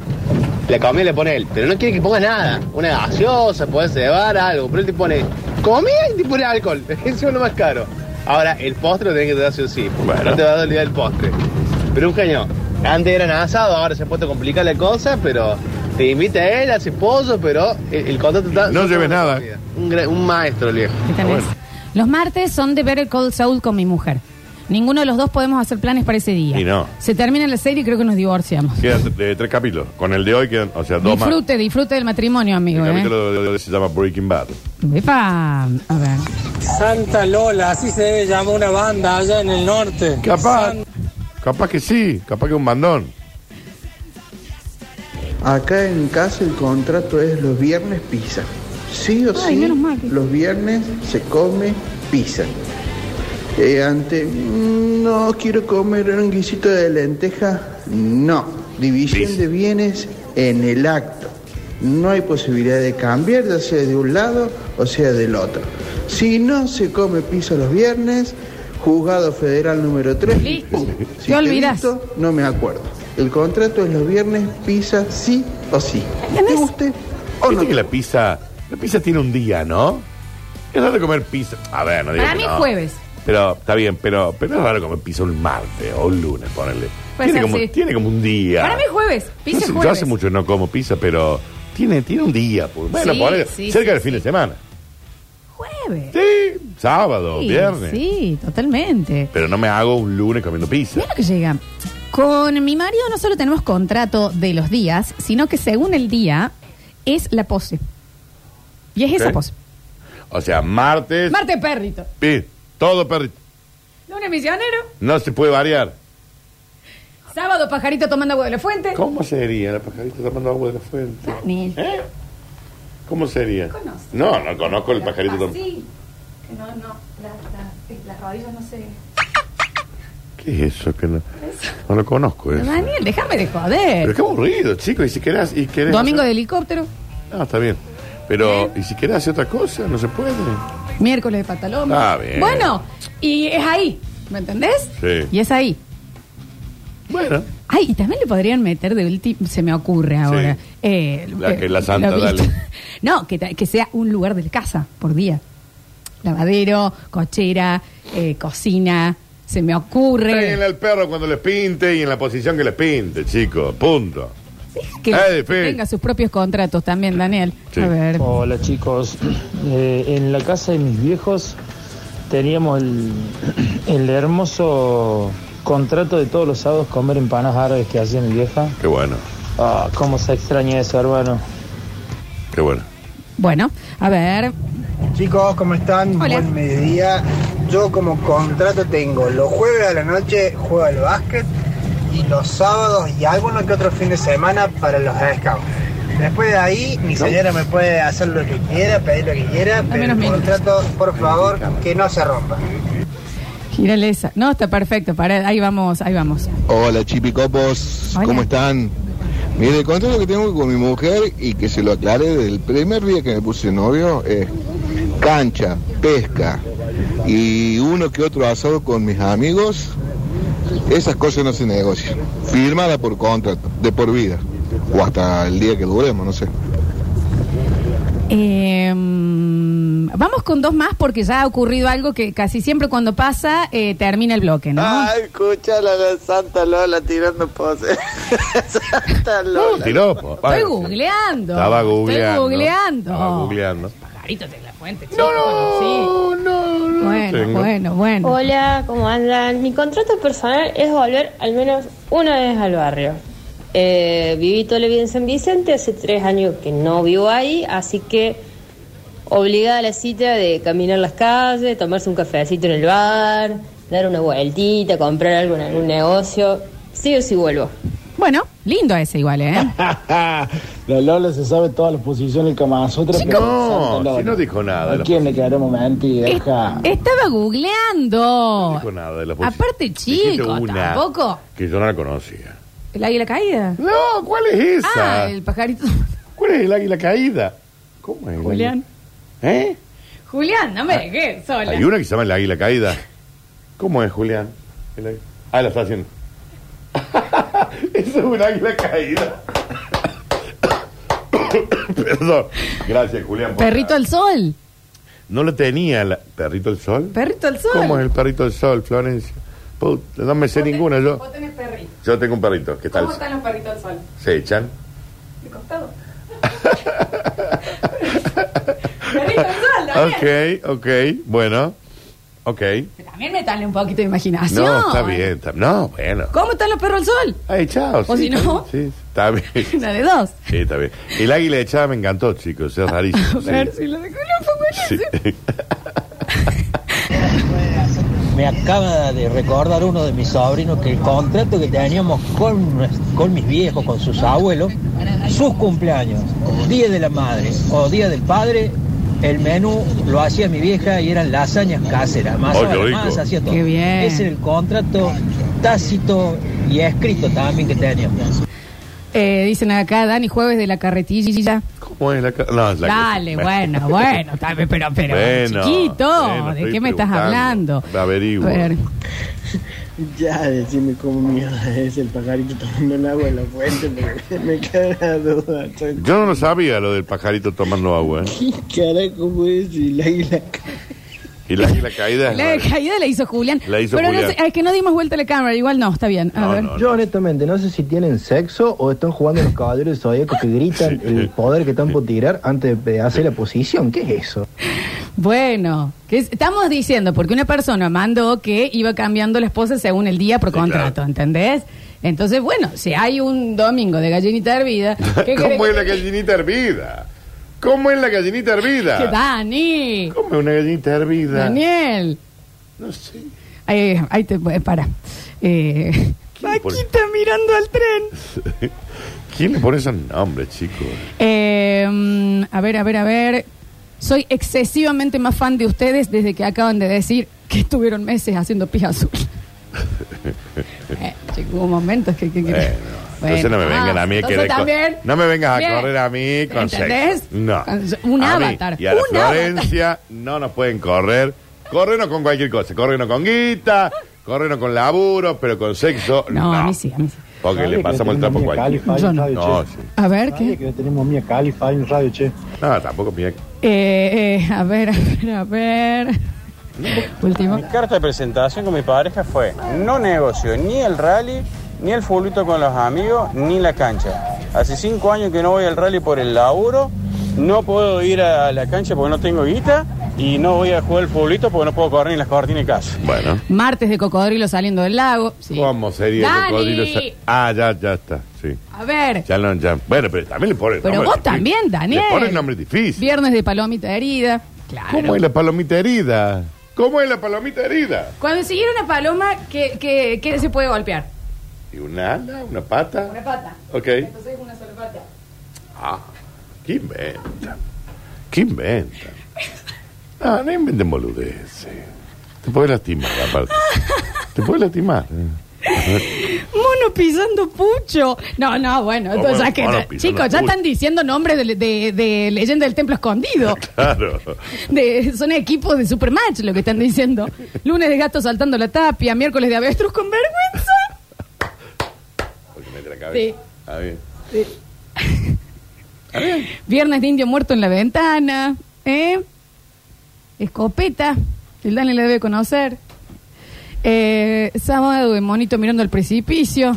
Speaker 9: la comida le pone él. Pero no quiere que pongas nada. Una gaseosa, puedes llevar algo, pero él te pone comida y te pone alcohol. Eso es lo más caro. Ahora, el postre lo tenés que dar sí o sí.
Speaker 2: Bueno.
Speaker 9: No te va a dar el postre. Pero un genio. Antes eran asados, ahora se ha puesto complicada la cosa, pero te invita a él, hace pollo, pero el, el contrato está...
Speaker 2: No lleves nada.
Speaker 9: Un, gra- un maestro, viejo.
Speaker 1: ¿Qué
Speaker 2: Ah,
Speaker 1: tenés? Los martes son de ver el Cold Soul con mi mujer. Ninguno de los dos podemos hacer planes para ese día.
Speaker 2: Y no.
Speaker 1: Se termina la serie y creo que nos divorciamos.
Speaker 2: Quedan de tres capítulos. Con el de hoy quedan, o sea, dos más.
Speaker 1: Disfrute, disfrute del matrimonio,
Speaker 2: El
Speaker 1: amigo. ¿eh?
Speaker 2: capítulo de- de- de- se llama Breaking Bad.
Speaker 1: Epa, a ver.
Speaker 3: Santa Lola, así se debe llamar una banda allá en el norte.
Speaker 2: Capaz, capaz que sí, capaz que un bandón.
Speaker 10: Acá en casa el contrato es los viernes pizza. Sí o
Speaker 1: Ay,
Speaker 10: sí,
Speaker 1: menos mal que-
Speaker 10: los viernes se come pizza. Eh, ante, mm, no quiero comer un guisito de lenteja, no. División
Speaker 2: Pizza.
Speaker 10: de bienes en el acto. No hay posibilidad de cambiar, ya sea de un lado o sea del otro. Si no se come pizza los viernes, juzgado federal número 3.
Speaker 1: Listo. Te
Speaker 10: te
Speaker 1: olvidás.
Speaker 10: visto, No me acuerdo. El contrato es los viernes, pizza sí o sí. ¿Te guste o no?
Speaker 2: Viste que la pizza, la pizza tiene un día, ¿no? Es raro comer pizza. A ver, no digo
Speaker 1: Para
Speaker 2: que
Speaker 1: mí
Speaker 2: no.
Speaker 1: jueves.
Speaker 2: Pero está bien, pero, pero es raro comer pizza un martes o un lunes, ponele.
Speaker 1: Puede
Speaker 2: Tiene
Speaker 1: ser,
Speaker 2: como,
Speaker 1: sí.
Speaker 2: tiene como un día.
Speaker 1: Para mí jueves.
Speaker 2: No
Speaker 1: Pizza
Speaker 2: sé, yo
Speaker 1: jueves.
Speaker 2: hace mucho que no como pizza, pero tiene, tiene un día. Por, bueno,
Speaker 1: Sí,
Speaker 2: ponele,
Speaker 1: sí,
Speaker 2: cerca
Speaker 1: sí,
Speaker 2: del fin de semana.
Speaker 1: Jueves.
Speaker 2: Sí, sábado,
Speaker 1: Sí,
Speaker 2: Oh, viernes.
Speaker 1: Sí, totalmente.
Speaker 2: Pero no me hago un lunes comiendo pizza.
Speaker 1: Mira lo que llega. Con mi marido no solo tenemos contrato de los días, sino que según el día es la pose. Y es esa
Speaker 2: Ok.
Speaker 1: pose.
Speaker 2: O sea, martes,
Speaker 1: Marte perrito.
Speaker 2: pi- todo perrito.
Speaker 1: Lunes misionero.
Speaker 2: No se puede variar.
Speaker 1: Sábado pajarito tomando agua de la fuente.
Speaker 2: ¿Cómo sería la pajarita tomando agua de la fuente?
Speaker 1: Ni-
Speaker 2: ¿Eh? ¿Cómo sería?
Speaker 1: Conoce.
Speaker 2: No, no conozco el pajarito
Speaker 1: Ah,
Speaker 2: tomando.
Speaker 1: sí. Que No, no. la- la- las rodillas no se.
Speaker 2: ¿Qué es eso? Que no, no lo conozco. Eso.
Speaker 1: Daniel, déjame de joder.
Speaker 2: Pero qué aburrido, chicos. Y si querés. Y querés
Speaker 1: Domingo ¿Eh? de
Speaker 2: hacer-
Speaker 1: helicóptero,
Speaker 2: No, está bien. Pero, ¿y si querés hacer otra cosa? No se puede.
Speaker 1: miércoles de pantalón.
Speaker 2: Está Ah, bien.
Speaker 1: Bueno, y es ahí, ¿me entendés?
Speaker 2: Sí.
Speaker 1: Y es ahí.
Speaker 2: Bueno.
Speaker 1: Ay, y también le podrían meter de último, se me ocurre ahora.
Speaker 2: Sí.
Speaker 1: Eh,
Speaker 2: La
Speaker 1: eh,
Speaker 2: que- la santa,
Speaker 1: vista.
Speaker 2: dale.
Speaker 1: No, que, ta- que sea un lugar de la casa por día. Lavadero, cochera, eh, cocina, se me
Speaker 2: Péguenle
Speaker 1: ocurre.
Speaker 2: al perro cuando les pinte y en la posición que les pinte, chicos. Punto.
Speaker 1: Que,
Speaker 2: Eh,
Speaker 1: que
Speaker 2: Fede.
Speaker 1: tenga sus propios contratos también, Daniel.
Speaker 2: Sí.
Speaker 1: A ver.
Speaker 11: Hola chicos, Eh, en la casa de mis viejos teníamos el, el hermoso contrato de todos los sábados comer empanadas árabes que hacía mi vieja.
Speaker 2: Qué bueno,
Speaker 11: Ah, cómo se extraña eso, hermano.
Speaker 2: qué bueno.
Speaker 1: Bueno, a ver.
Speaker 3: Chicos, ¿cómo están?
Speaker 1: Hola.
Speaker 3: Buen mediodía. Yo como contrato tengo los jueves a la noche juego al básquet y los sábados y alguno que otro fin de semana para los scouts. Después de ahí, mi señora me puede hacer lo que quiera, pedir lo que quiera, pero
Speaker 1: menos
Speaker 3: el
Speaker 1: mil.
Speaker 3: contrato, por favor, que no se rompa.
Speaker 1: Gírale esa. No, está perfecto. Para, ahí vamos, ahí vamos.
Speaker 12: Hola chipicopos,
Speaker 1: Hola.
Speaker 12: ¿cómo están? Mire, el contrato que tengo con mi mujer y que se lo aclare del primer día que me puse novio es cancha, pesca y uno que otro asado con mis amigos. Esas cosas no se negocian. Firmada por contrato, de por vida. O hasta el día que duremos, no sé.
Speaker 1: Eh, Em, vamos con dos más porque ya ha ocurrido algo que casi siempre cuando pasa eh, termina el bloque, ¿no?
Speaker 5: escucha la Santa Lola tirando pose. Santa
Speaker 2: No, piropo.
Speaker 1: Estoy googleando.
Speaker 2: Estaba googleando.
Speaker 1: Estoy googleando.
Speaker 2: Estaba googleando.
Speaker 1: No, no, Bueno,
Speaker 2: tengo.
Speaker 1: bueno, bueno.
Speaker 13: Hola, ¿cómo andan? Mi contrato personal es volver al menos una vez al barrio. Eh, viví toda la vida en San Vicente, hace tres años que no vivo ahí, así que obligada a la cita de caminar las calles, tomarse un cafecito en el bar, dar una vueltita, comprar algo en algún negocio. Sí o sí vuelvo.
Speaker 1: Bueno, lindo ese igual,
Speaker 2: Ah,
Speaker 1: ¿eh?
Speaker 11: la Lola se sabe todas las posiciones que más otra.
Speaker 2: Chicos. No, si no dijo nada.
Speaker 11: ¿A quién le quedaremos mentir?
Speaker 14: Eh,
Speaker 11: Deja.
Speaker 1: Estaba googleando.
Speaker 2: No dijo nada de la posición.
Speaker 1: Oh. Aparte,
Speaker 2: Dijiste
Speaker 1: chico,
Speaker 2: una
Speaker 1: tampoco.
Speaker 2: Que yo no la conocía.
Speaker 1: ¿El águila caída?
Speaker 2: No, ¿cuál es esa?
Speaker 1: Ah, el pajarito.
Speaker 2: ¿Cuál es el águila caída? ¿Cómo es? el
Speaker 1: Julián.
Speaker 2: águila? ¿Eh?
Speaker 1: Julián, no me dejes sola.
Speaker 2: Ah, Hay una que se llama el águila caída. ¿Cómo es, Julián? El águila- Ah, la está haciendo. Eso es un águila caída. Perdón. Gracias, Julián. por-
Speaker 1: Perrito al sol.
Speaker 2: No lo tenía. la- ¿Perrito el sol?
Speaker 1: Perrito al sol.
Speaker 2: ¿Cómo es el perrito del sol, Florencia? Puta, no me sé ninguna yo.
Speaker 1: Vos tenés perrito.
Speaker 2: Yo tengo un perrito que está
Speaker 1: ¿Cómo
Speaker 2: al-
Speaker 1: están los perritos al sol?
Speaker 2: se echan.
Speaker 1: De costado. Perrito al sol, Daniel.
Speaker 2: ok, ok, bueno. Ok.
Speaker 1: También metale un poquito de imaginación.
Speaker 2: No, está bien. está- No, bueno.
Speaker 1: ¿Cómo están los perros al sol?
Speaker 2: Ah, echados.
Speaker 1: O
Speaker 2: sí,
Speaker 1: si no.
Speaker 2: Sí, está bien. Sí,
Speaker 1: Una de dos.
Speaker 2: está bien. El águila echada me encantó, chicos. Es
Speaker 1: A
Speaker 2: rarísimo. sí.
Speaker 1: ver si lo de Julián fue
Speaker 2: Sí.
Speaker 1: buenísimo.
Speaker 14: Me acaba de recordar uno de mis sobrinos que el contrato que teníamos con, nues- con mis viejos, con sus abuelos, sus cumpleaños, día de la madre o día del padre, el menú lo hacía mi vieja y eran lasañas cáseras, más
Speaker 2: Ay, qué rico.
Speaker 14: hacía todo.
Speaker 1: Qué bien.
Speaker 14: Ese era el contrato tácito y escrito también que teníamos.
Speaker 1: Eh, dicen acá, Dani, jueves de la carretilla.
Speaker 2: ¿Cómo es la ca- No, es la
Speaker 1: Dale, bueno, bueno, tal vez, pero, pero,
Speaker 2: Bueno,
Speaker 1: chiquito,
Speaker 2: bueno,
Speaker 1: ¿de
Speaker 2: estoy
Speaker 1: qué me estás
Speaker 2: preguntando.
Speaker 1: hablando?
Speaker 2: Averigua.
Speaker 1: A ver.
Speaker 15: Ya, decime cómo mierda es el pajarito tomando el agua de la fuente, porque me queda la duda.
Speaker 2: cosa. Yo no lo sabía lo del pajarito tomando agua. ¿eh?
Speaker 15: ¿Qué carajo fue eso? Y la águila
Speaker 2: Y la, y la caída. es
Speaker 1: La caída la hizo Julián.
Speaker 2: La hizo
Speaker 1: pero no
Speaker 2: Julián.
Speaker 1: sé, es que no dimos vuelta a la cámara, igual no, está bien. A ver.
Speaker 15: Yo honestamente no sé si tienen sexo o están jugando los caballeros del zodíaco que gritan el poder que están por tirar antes de hacer la posición. ¿Qué es eso?
Speaker 1: Bueno, que es- estamos diciendo, porque una persona mandó que iba cambiando la esposa según el día por contrato, ¿entendés? Entonces, bueno, si hay un domingo de gallinita hervida, ¿qué querés
Speaker 2: ¿Cómo
Speaker 1: que-
Speaker 2: es la gallinita hervida? ¿Cómo es la gallinita hervida?
Speaker 1: que Dani?
Speaker 2: ¿Cómo es una gallinita hervida?
Speaker 1: Daniel.
Speaker 2: No sé.
Speaker 1: Ahí, ahí te eh, para. Eh,
Speaker 2: por-
Speaker 1: Paquita mirando al tren.
Speaker 2: ¿Quién le pone esos nombres, chicos?
Speaker 1: Eh, mm, a ver, a ver, a ver. Soy excesivamente más fan de ustedes desde que acaban de decir que estuvieron meses haciendo pija azul. Eh, chico, hubo momentos que... que- que-
Speaker 2: Bueno, Entonces no me
Speaker 1: Bueno,
Speaker 2: vengan
Speaker 1: ah,
Speaker 2: a mí que
Speaker 1: entonces
Speaker 2: de co-
Speaker 1: también-
Speaker 2: No me vengas a
Speaker 1: Bien.
Speaker 2: correr a mí con
Speaker 1: ¿Entendés?
Speaker 2: sexo. No.
Speaker 1: Con- un
Speaker 2: A mí
Speaker 1: avatar,
Speaker 2: Y a la
Speaker 1: un
Speaker 2: Florencia no nos pueden correr. Correnos con cualquier cosa. Correnos con guita, correnos con laburo, pero con sexo no.
Speaker 1: No, a mí sí, a mí sí.
Speaker 2: Porque le
Speaker 11: Dale,
Speaker 2: pasamos
Speaker 11: que
Speaker 2: el trapo a
Speaker 11: tenemos
Speaker 2: cualquier.
Speaker 11: Mia Khalifa en radio,
Speaker 2: No,
Speaker 11: che.
Speaker 2: sí.
Speaker 1: A ver, ¿qué?
Speaker 11: Que tenemos Mia Khalifa en radio, che.
Speaker 2: No, tampoco mía.
Speaker 1: Eh, eh, a ver, a ver, a ver. Último.
Speaker 16: Mi carta de presentación con mi pareja fue no negocio ni el rally, ni el fulito con los amigos, ni la cancha. Hace cinco años que no voy al rally por el laburo, no puedo ir a la cancha porque no tengo guita y no voy a jugar el fulito porque no puedo correr ni las cortinas de casa.
Speaker 2: Bueno.
Speaker 1: Martes de cocodrilo saliendo del lago. Sí.
Speaker 2: ¿Cómo sería el
Speaker 1: Dani.
Speaker 2: cocodrilo? sa- Ah, ya, ya está. Sí.
Speaker 1: A ver,
Speaker 2: Ya no, ya. Bueno, pero también le ponen
Speaker 1: Pero
Speaker 2: nombres
Speaker 1: vos
Speaker 2: difíciles.
Speaker 1: también, Daniel.
Speaker 2: Le ponen nombres difíciles.
Speaker 1: viernes de palomita herida. Claro.
Speaker 2: ¿Cómo es la palomita herida? ¿Cómo es la palomita herida?
Speaker 1: Cuando se hiere una paloma, ¿qué, qué, qué se puede golpear?
Speaker 2: ¿Y una ala? ¿Una pata?
Speaker 1: Una pata.
Speaker 2: Ok.
Speaker 1: Entonces es una sola pata.
Speaker 2: Ah, ¿qué inventa? ¿Qué inventa? Ah, No, no inventen boludeces. Te puedes lastimar, aparte. Te puedes lastimar.
Speaker 1: Mono pisando pucho. No, no, bueno,
Speaker 2: Mono-
Speaker 1: entonces ya que.
Speaker 2: mono
Speaker 1: ya-
Speaker 2: pisando
Speaker 1: chicos, ya
Speaker 2: pucho.
Speaker 1: están diciendo nombres de, de- de leyenda del templo escondido.
Speaker 2: Claro.
Speaker 1: De, son equipos de Supermatch lo que están diciendo. Lunes de gato saltando la tapia, miércoles de avestruz con vergüenza.
Speaker 2: Porque mete la cabeza. Ah, bien.
Speaker 1: Viernes de indio muerto en la ventana. ¿eh? Escopeta. El Dani la debe conocer. Eh, sábado de monito mirando al precipicio.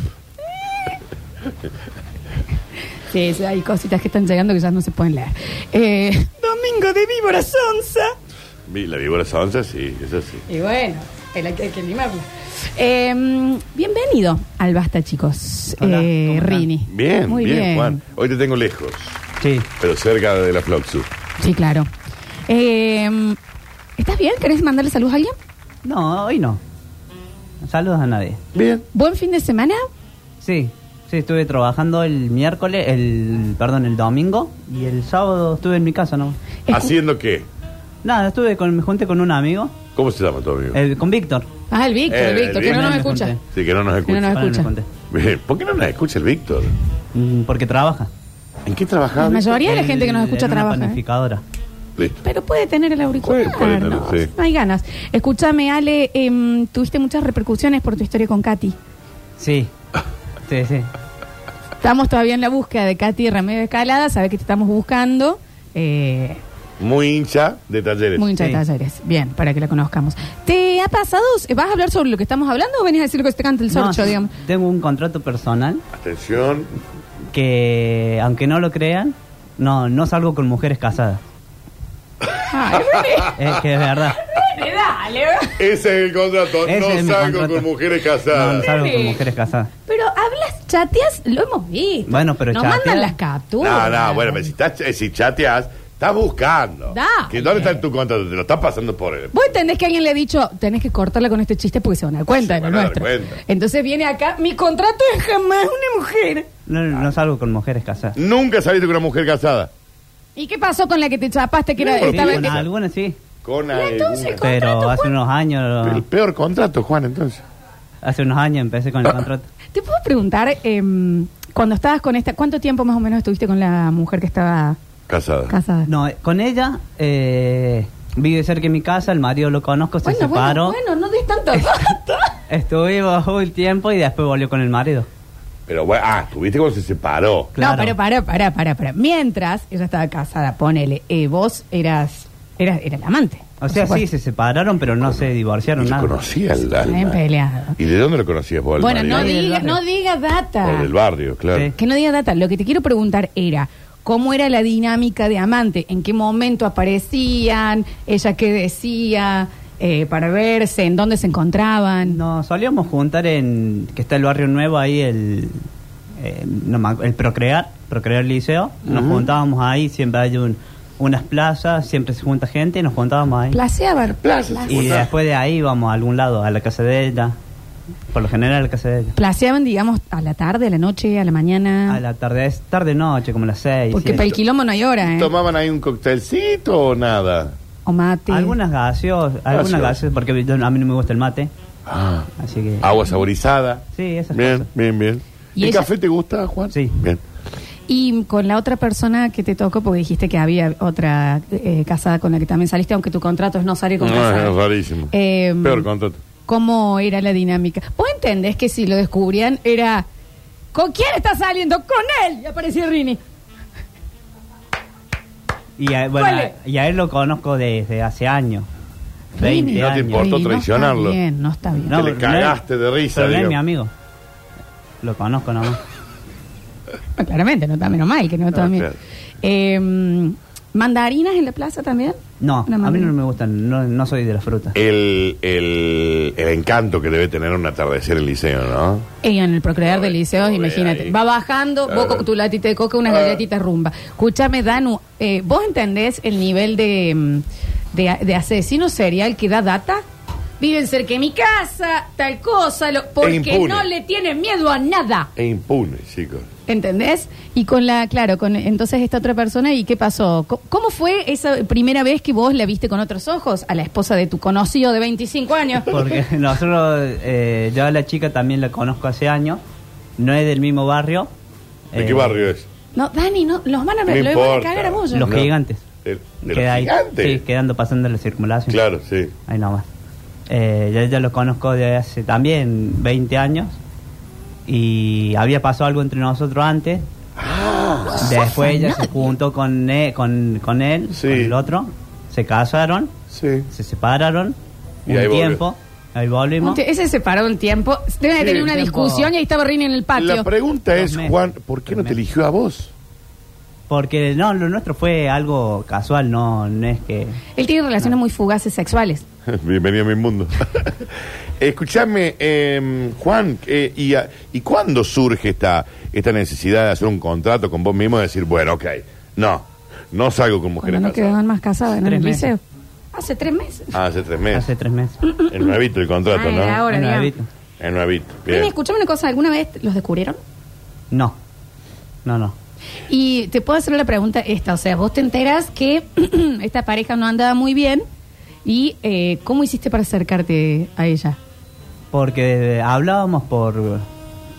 Speaker 1: Sí, sí, hay cositas que están llegando que ya no se pueden leer. Eh, domingo de víbora sonza.
Speaker 2: Vi La víbora sonza, sí, eso sí.
Speaker 1: Y bueno, el, hay que- hay que limarla. Eh, bienvenido al Basta, chicos. Eh, Rini.
Speaker 2: Bien,
Speaker 1: Muy
Speaker 2: bien, Juan. Hoy te tengo lejos.
Speaker 15: Sí.
Speaker 2: Pero cerca de la Floxu.
Speaker 1: Sí, claro. Eh, ¿Estás bien? ¿Querés mandarle saludos a alguien?
Speaker 17: No, hoy no. Saludos a nadie.
Speaker 2: Bien.
Speaker 1: ¿Buen fin de semana?
Speaker 17: Sí, sí, estuve trabajando el miércoles, el, perdón, el domingo y el sábado estuve en mi casa, ¿no?
Speaker 2: ¿Haciendo qué?
Speaker 17: Nada, estuve con, me junté con un amigo,
Speaker 2: ¿Cómo se llama tu amigo?
Speaker 17: el, con Víctor.
Speaker 1: Ah, el Víctor,
Speaker 2: Eh,
Speaker 1: el Víctor, que no
Speaker 2: Víctor.
Speaker 1: nos escucha.
Speaker 2: Sí, que no nos escucha.
Speaker 1: Que no
Speaker 17: Ah,
Speaker 1: nos escucha.
Speaker 2: Bien. ¿Por qué no nos escucha el Víctor?
Speaker 17: mm, Porque trabaja.
Speaker 2: ¿En qué trabaja?
Speaker 1: La
Speaker 2: Víctor?
Speaker 1: mayoría de la gente que nos escucha
Speaker 17: en una
Speaker 1: trabaja. ¿eh?
Speaker 17: panificadora.
Speaker 2: Listo.
Speaker 1: Pero puede tener el auricular.
Speaker 17: puede tener,
Speaker 1: no,
Speaker 17: sí.
Speaker 1: no hay ganas. Escúchame, Ale, em, tuviste muchas repercusiones por tu historia con Katy.
Speaker 17: Sí, sí, sí.
Speaker 1: Estamos todavía en la búsqueda de Katy Remedio Escalada, sabes que te estamos buscando. Eh,
Speaker 2: Muy hincha de talleres.
Speaker 1: muy hincha de talleres. Bien, para que la conozcamos. ¿Te ha pasado? ¿Vas a hablar sobre lo que estamos hablando o venís a decir que te canta el
Speaker 17: No,
Speaker 1: sorcho, digamos?
Speaker 17: Tengo un contrato personal
Speaker 2: Atención.
Speaker 17: que, aunque no lo crean, no, no salgo con mujeres casadas.
Speaker 1: Ay, René.
Speaker 17: Es que es verdad.
Speaker 1: René, dale.
Speaker 2: Ese es el contrato.
Speaker 17: Ese
Speaker 2: no
Speaker 17: es mi
Speaker 2: salgo
Speaker 17: contrato.
Speaker 2: con mujeres
Speaker 17: No,
Speaker 2: casadas.
Speaker 17: no salgo con mujeres casadas.
Speaker 1: Pero hablas, chateas, lo hemos visto.
Speaker 17: Bueno, pero
Speaker 1: Nos
Speaker 17: chateas-
Speaker 1: mandan las capturas.
Speaker 2: No, no, bueno, pero si, estás- eh, si chateas, estás buscando.
Speaker 1: Da.
Speaker 2: ¿Que ¿Dónde está tu contrato? Te lo estás pasando por el.
Speaker 1: Vos entendés que alguien le ha dicho, tenés que cortarla con este chiste porque se van a dar cuenta de lo
Speaker 2: van a dar
Speaker 1: nuestro.
Speaker 2: cuenta.
Speaker 1: Entonces viene acá, mi contrato es jamás una mujer.
Speaker 17: No, no salgo con mujeres casadas.
Speaker 2: Nunca saliste con una mujer casada.
Speaker 1: ¿Y qué pasó con la que te chapaste que era,
Speaker 17: Sí,
Speaker 1: estaba
Speaker 17: con algunas sí.
Speaker 2: Con
Speaker 17: Pero hace unos años. El
Speaker 2: peor contrato, Juan, entonces.
Speaker 17: Hace unos años empecé con el contrato.
Speaker 1: ¿Te puedo preguntar, em, cuando estabas con esta, cuánto tiempo más o menos estuviste con la mujer que estaba
Speaker 2: Casada.
Speaker 1: Casada.
Speaker 17: No, eh, con ella eh, vive cerca de mi casa, el marido lo conozco, pues se
Speaker 1: Bueno,
Speaker 17: separó.
Speaker 1: bueno, bueno, no des tanto.
Speaker 17: Estuvimos un tiempo y después volvió con el marido.
Speaker 2: Pero bueno, ah, tuviste cuando se separó.
Speaker 1: No, pero pará, pará, pará, pará. Mientras ella estaba casada, ponele, eh, vos eras, eras, eras el amante.
Speaker 17: O sea, sí, se separaron, pero no se divorciaron nada.
Speaker 2: conocía al alma.
Speaker 1: Bien peleado.
Speaker 2: ¿Y de dónde lo conocías vos al
Speaker 1: Bueno,
Speaker 2: marido?
Speaker 1: no diga, no diga
Speaker 2: O
Speaker 1: data.
Speaker 2: del barrio, claro.
Speaker 1: Que no diga data. Lo que te quiero preguntar era, ¿cómo era la dinámica de amante? ¿En qué momento aparecían? ¿Ella qué decía? Eh, para verse, ¿en dónde se encontraban?
Speaker 17: Nos solíamos juntar en. que está el barrio nuevo ahí, el. eh, no me acu- el Procrear, Procrear Liceo. Nos
Speaker 1: Ajá.
Speaker 17: juntábamos ahí, siempre hay un, unas plazas, siempre se junta gente y nos juntábamos ahí.
Speaker 1: Placeaban.
Speaker 17: Y
Speaker 1: Placeaban.
Speaker 17: después de ahí vamos a algún lado, a la casa de ella. Por lo general, a la casa de ella.
Speaker 1: Placeaban, digamos, a la tarde, a la noche, a la mañana.
Speaker 17: A la tarde, es tarde noche, como las
Speaker 1: Ah.
Speaker 17: seis.
Speaker 1: Porque
Speaker 17: siete.
Speaker 1: para el quilombo no hay hora, ¿eh?
Speaker 2: ¿Tomaban ahí un coctelcito o nada?
Speaker 1: O mate.
Speaker 17: Algunas gaseosas,
Speaker 2: Gaseosas.
Speaker 17: algunas gaseosas, porque yo- a mí no me gusta el mate. Así que.
Speaker 2: Ah, Agua saborizada.
Speaker 17: Sí, esas
Speaker 2: Bien, bien, bien.
Speaker 1: ¿Y
Speaker 2: ¿El
Speaker 1: ella-
Speaker 2: café te gusta, Juan?
Speaker 17: Sí.
Speaker 2: Bien.
Speaker 1: Y con la otra persona que te tocó, porque dijiste que había otra eh, casada con la que también saliste, aunque tu contrato es no salir
Speaker 2: No,
Speaker 1: con casada.
Speaker 2: es rarísimo.
Speaker 1: Eh,
Speaker 2: Peor contrato.
Speaker 1: ¿Cómo era la dinámica? ¿Vos entendés que si lo descubrían era... ¿Con quién está saliendo? ¡Con él! Y apareció Rini.
Speaker 17: Y a, bueno,
Speaker 1: ¿Cuál
Speaker 17: a- y a él lo conozco desde hace años. 20
Speaker 1: Rini.
Speaker 2: No te
Speaker 17: años.
Speaker 2: importó
Speaker 1: Rini, No
Speaker 2: traicionarlo.
Speaker 1: está bien, no está bien.
Speaker 2: Te le
Speaker 17: no
Speaker 2: cagaste
Speaker 17: es-
Speaker 2: de risa,
Speaker 17: Pero no es
Speaker 2: digamos.
Speaker 17: mi amigo. Lo conozco nomás.
Speaker 1: Bueno, claramente, no está menos mal que no está
Speaker 17: Ah,
Speaker 1: bien.
Speaker 17: claro.
Speaker 1: Eh, ¿Mandarinas en la plaza también?
Speaker 17: No,
Speaker 1: Una
Speaker 17: a mí
Speaker 1: mandarina.
Speaker 17: no me gustan, no, no soy de las frutas.
Speaker 2: Eh, El, el, el encanto que debe tener un atardecer en liceo, ¿no?
Speaker 1: Y en el procrear de liceos, imagínate. Va bajando,
Speaker 2: Claro. Ah.
Speaker 1: vos con tu latita de coca, unas galletitas rumba. Escúchame, Danu, eh, ¿vos entendés el nivel de, mm, de, de asesino serial que da data? Viven cerca de mi casa, tal cosa, lo- porque
Speaker 2: impune.
Speaker 1: no le tienen miedo a nada.
Speaker 2: Es impune, chicos.
Speaker 1: ¿Entendés? Y con la, claro, con entonces esta otra persona, ¿y qué pasó? Co- ¿Cómo fue esa primera vez que vos la viste con otros ojos a la esposa de tu conocido de 25 años?
Speaker 17: Porque nosotros, eh, yo a la chica también la conozco hace años. No es del mismo barrio.
Speaker 2: ¿De
Speaker 17: Eh,
Speaker 2: qué barrio es?
Speaker 1: No, Dani, no, los van a,
Speaker 2: No
Speaker 1: Ah, lo van a
Speaker 2: importa.
Speaker 1: cagar a vos.
Speaker 17: Los gigantes.
Speaker 2: De, de
Speaker 17: Queda
Speaker 2: los
Speaker 17: ahí,
Speaker 2: gigantes.
Speaker 17: sí, quedando pasando la circulación.
Speaker 2: Claro, sí.
Speaker 17: Ahí nomás. Eh, yo ya lo conozco de hace también 20 años. Y había pasado algo entre nosotros antes.
Speaker 2: Ah.
Speaker 17: Después ella se juntó con él, con, con él con el otro. Se casaron. Se separaron.
Speaker 2: Y
Speaker 17: un
Speaker 2: ahí volvió.
Speaker 17: tiempo. Ahí volvimos.
Speaker 1: Usted- Ese se paró un tiempo. Deben de
Speaker 17: Sí,
Speaker 1: tener una
Speaker 17: tiempo.
Speaker 1: discusión y ahí estaba Rini en el patio.
Speaker 2: La pregunta es, Juan, ¿por qué no te eligió a vos?
Speaker 17: Porque no, lo nuestro fue algo casual, no, no es que...
Speaker 1: Él tiene relaciones muy fugaces sexuales.
Speaker 2: Bienvenido a mi mundo. Escúchame, eh, Juan, eh, y, a- ¿y cuándo surge esta, esta necesidad de hacer un contrato con vos mismo y decir, bueno, ok, no, no salgo con mujeres
Speaker 1: Cuando no
Speaker 2: casadas?
Speaker 1: quedaban más casadas ¿no? en
Speaker 17: Tres
Speaker 1: el
Speaker 17: meses.
Speaker 1: liceo. Hace tres meses.
Speaker 2: Ah, hace tres meses.
Speaker 17: Hace tres meses.
Speaker 2: El nuevito el contrato,
Speaker 1: Ah,
Speaker 2: ¿no?
Speaker 1: era ahora, El digamos. nuevito.
Speaker 2: El nuevito, bien.
Speaker 1: Rini, escuchame una cosa. ¿Alguna vez los descubrieron?
Speaker 17: No, no, no.
Speaker 1: Y te puedo hacer la pregunta esta. O sea, vos te enteras que esta pareja no andaba muy bien. ¿Y eh, cómo hiciste para acercarte a ella?
Speaker 17: Porque hablábamos por,